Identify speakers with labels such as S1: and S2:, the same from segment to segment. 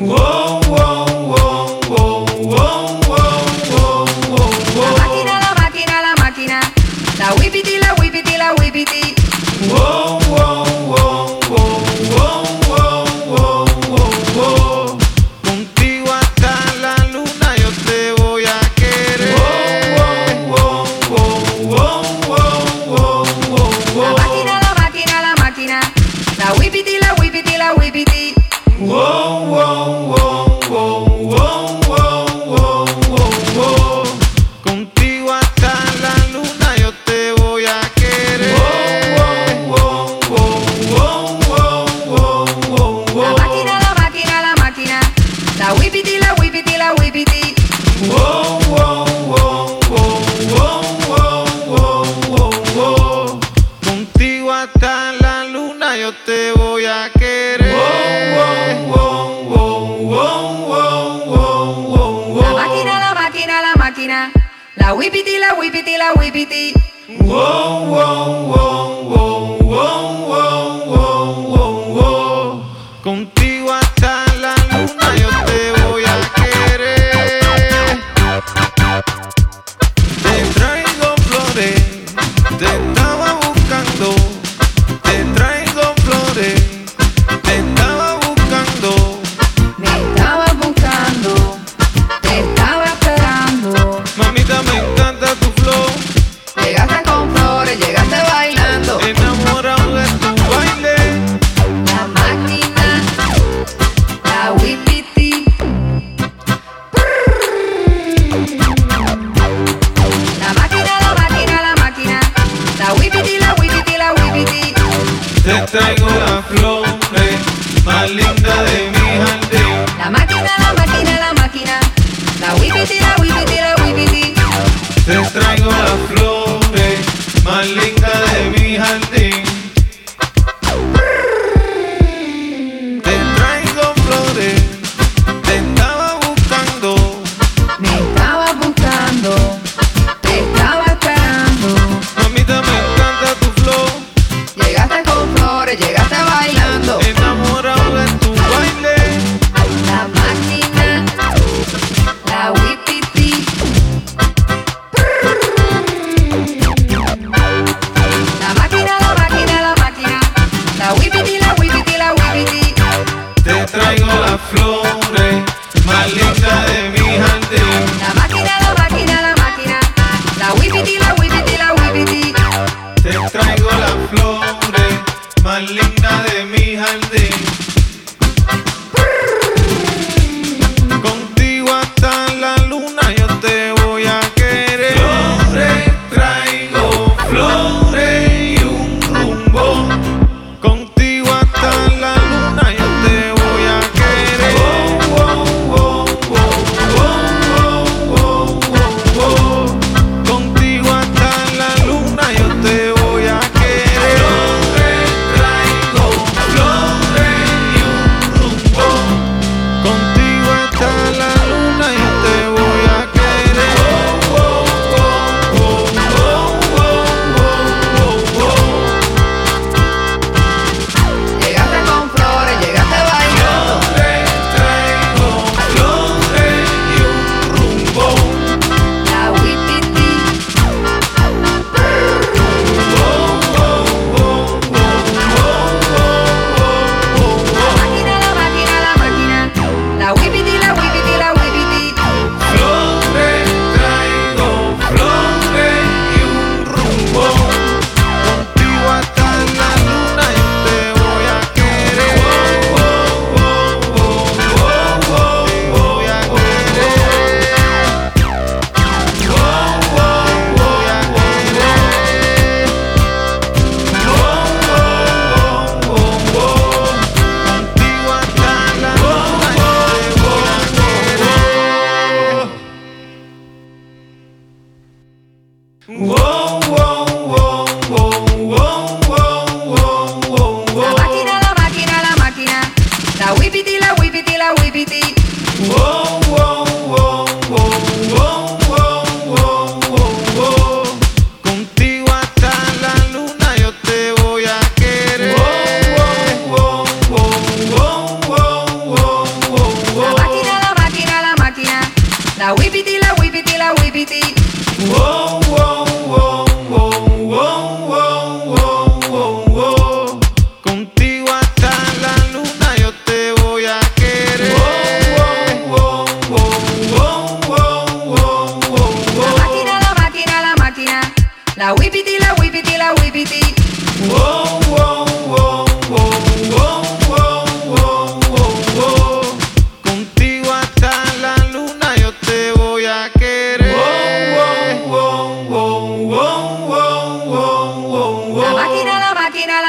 S1: Wow, wow, wow, wow, wow, wow, wow, wow.
S2: La máquina, la máquina, la máquina. La whippity, la whippity, la whippity.
S1: Wow, wow, wow, wow, wow, wow, wow, wow, wow.
S3: Contigo hasta la luna yo te voy a querer.
S1: Wow, wow, wow, wow, wow, wow, wow,
S2: La
S1: wow.
S2: máquina, la máquina, la máquina. La whippity, la whippity, la whippity.
S1: Wow, wow, wow, wow, wow, wow, wow, wow, wow.
S3: Contigo hasta la luna yo te voy a querer.
S1: Wow, wow, wow, wow, wow, wow, wow,
S2: La
S1: wow.
S2: máquina, la máquina, la máquina. La whippity, la whippity, la whippity.
S1: Wow, wow, wow, wow, wow, wow, wow, wow, wow.
S3: Contigo hasta la luna yo te voy a
S1: Wow,
S3: querer.
S1: wow, wow, wow, wow, wow, wow, wow.
S2: La máquina, la máquina, la máquina. La whippity, la whippity, la whippity.
S1: Wow, wow, wow, wow, wow, wow, wow, wow, wow.
S3: Contigo hasta la luna yo te voy a querer. Te traigo flores, te estaba buscando. Te traigo flores, te estaba buscando.
S2: Me estabas buscando. Te estaba esperando.
S3: Mamita me encanta tu flow,
S2: Llegaste con flores, llegaste bailando.
S3: enamorado de tu baile.
S2: La máquina, la whippity. La máquina, la máquina, la máquina. La whippity, la whippity, la whippity.
S3: Te traigo la flores más linda de mi jardín.
S2: La máquina, la máquina, la máquina. La whippity, la whippity, la whippity.
S3: Te traigo las flores más lindas de mi jardín. Te traigo flores, te estaba buscando.
S2: Me estabas buscando. Te estaba esperando.
S3: Mamita me encanta tu flow,
S2: Llegaste con flores, llegaste bailando.
S3: enamorado de tu baile.
S2: La máquina, la whippity. La máquina, la máquina, la máquina. La whippity, la whippity, la whippity.
S3: Te traigo las flores más lindas de mi jardín.
S2: La máquina, la máquina, la máquina. La whippity, la whippity, la whippity.
S3: Te traigo las flores más lindas de mi jardín. Contigo hasta la luna yo te voy a querer.
S1: Flores, traigo flores y un rumbo.
S3: Contigo hasta la luna yo te voy a querer. Oh,
S1: Wow, wow, wow, wow, wow,
S3: oh,
S1: wow, wow, wow.
S3: Contigo hasta la luna yo te voy a querer.
S1: Flores, traigo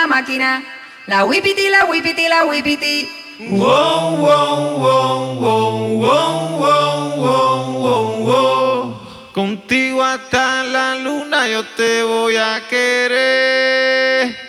S2: máquina. La whipiti, la whipiti, la whipiti.
S1: Wow, wow, wow, wow, wow, wow, wow, wow, wow.
S3: Contigo hasta la luna yo te voy a querer.